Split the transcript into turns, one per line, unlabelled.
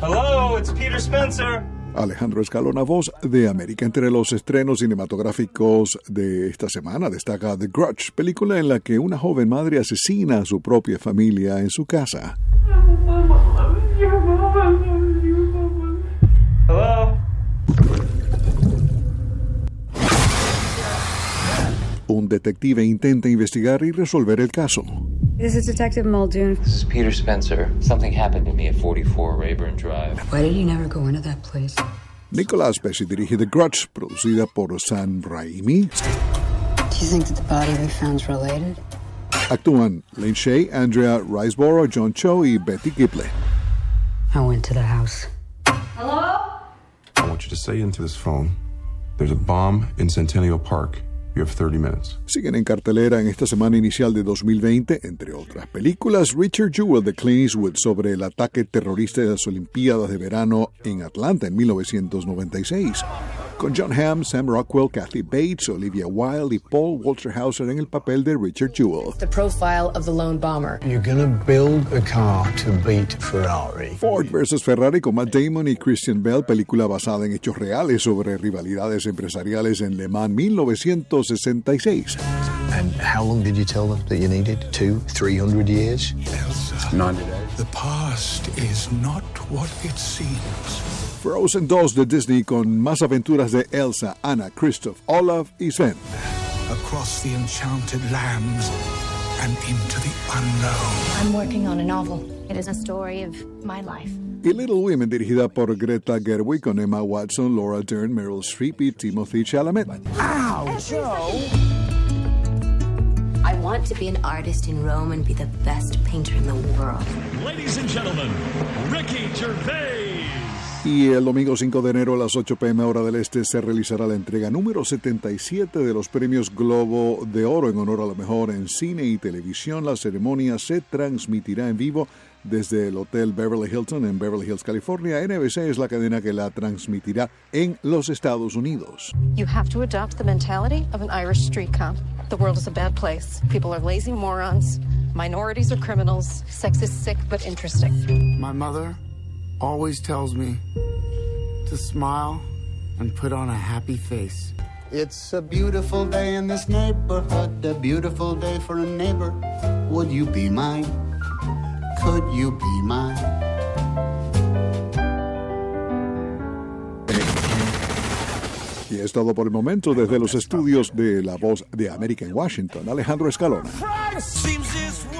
it's Peter Spencer.
Alejandro Escalona, voz de América. Entre los estrenos cinematográficos de esta semana destaca The Grudge, película en la que una joven madre asesina a su propia familia en su casa.
Hello?
Un detective intenta investigar y resolver el caso.
This is Detective Muldoon.
This is Peter Spencer. Something happened to me at 44 Rayburn Drive.
Why did you never go into that place?
Nicolas Pesci dirige The Grudge, producida por Sam Raimi.
Do you think that the body we found's related?
Actúan Lane Shea, Andrea Riseborough, John Cho y Betty Gible.
I went to the house.
I want you to say into this phone there's a bomb in Centennial Park. You have 30 minutes.
Siguen en cartelera en esta semana inicial de 2020, entre otras películas, Richard Jewell de Clint Eastwood sobre el ataque terrorista de las Olimpiadas de Verano en Atlanta en 1996, con John Hamm, Sam Rockwell, Kathy Bates, Olivia Wilde y Paul Walter Hauser en el papel de Richard Jewell.
the profile of the lone bomber.
You're gonna build a car to beat Ferrari.
Ford vs. Ferrari con Matt Damon y Christian Bell, película basada en hechos reales sobre rivalidades empresariales en Le Mans 1966.
And how long did you tell them that you needed? Two, three hundred years?
90 days. The past is not what it seems.
Frozen 2 de Disney con más aventuras de Elsa, Anna, Kristoff, Olaf y Sven.
Across the enchanted lands and into the unknown.
I'm working on a novel. It is a story of my life.
Y Little Women dirigida por Greta Gerwig con Emma Watson, Laura Dern, Meryl Streep y Timothy Chalamet.
I want to be an artist in Rome and be the best painter in the world.
Ladies and gentlemen, Ricky Gervais.
Y el domingo 5 de enero a las 8 pm hora del este se realizará la entrega número 77 de los premios Globo de Oro en honor a lo mejor en cine y televisión. La ceremonia se transmitirá en vivo desde el Hotel Beverly Hilton en Beverly Hills, California. NBC es la cadena que la transmitirá en los Estados Unidos.
You have to adopt the mentality of an Irish street cop. The world is a bad place. People are lazy morons. Minorities are criminals. Sex is sick but interesting.
My mother always tells me to smile and put on a happy face.
It's a beautiful day in this neighborhood, a beautiful day for a neighbor. Would you be mine? Could you be mine?
Y es todo por el momento desde los estudios de La Voz de América en Washington. Alejandro Escalona.
Seems this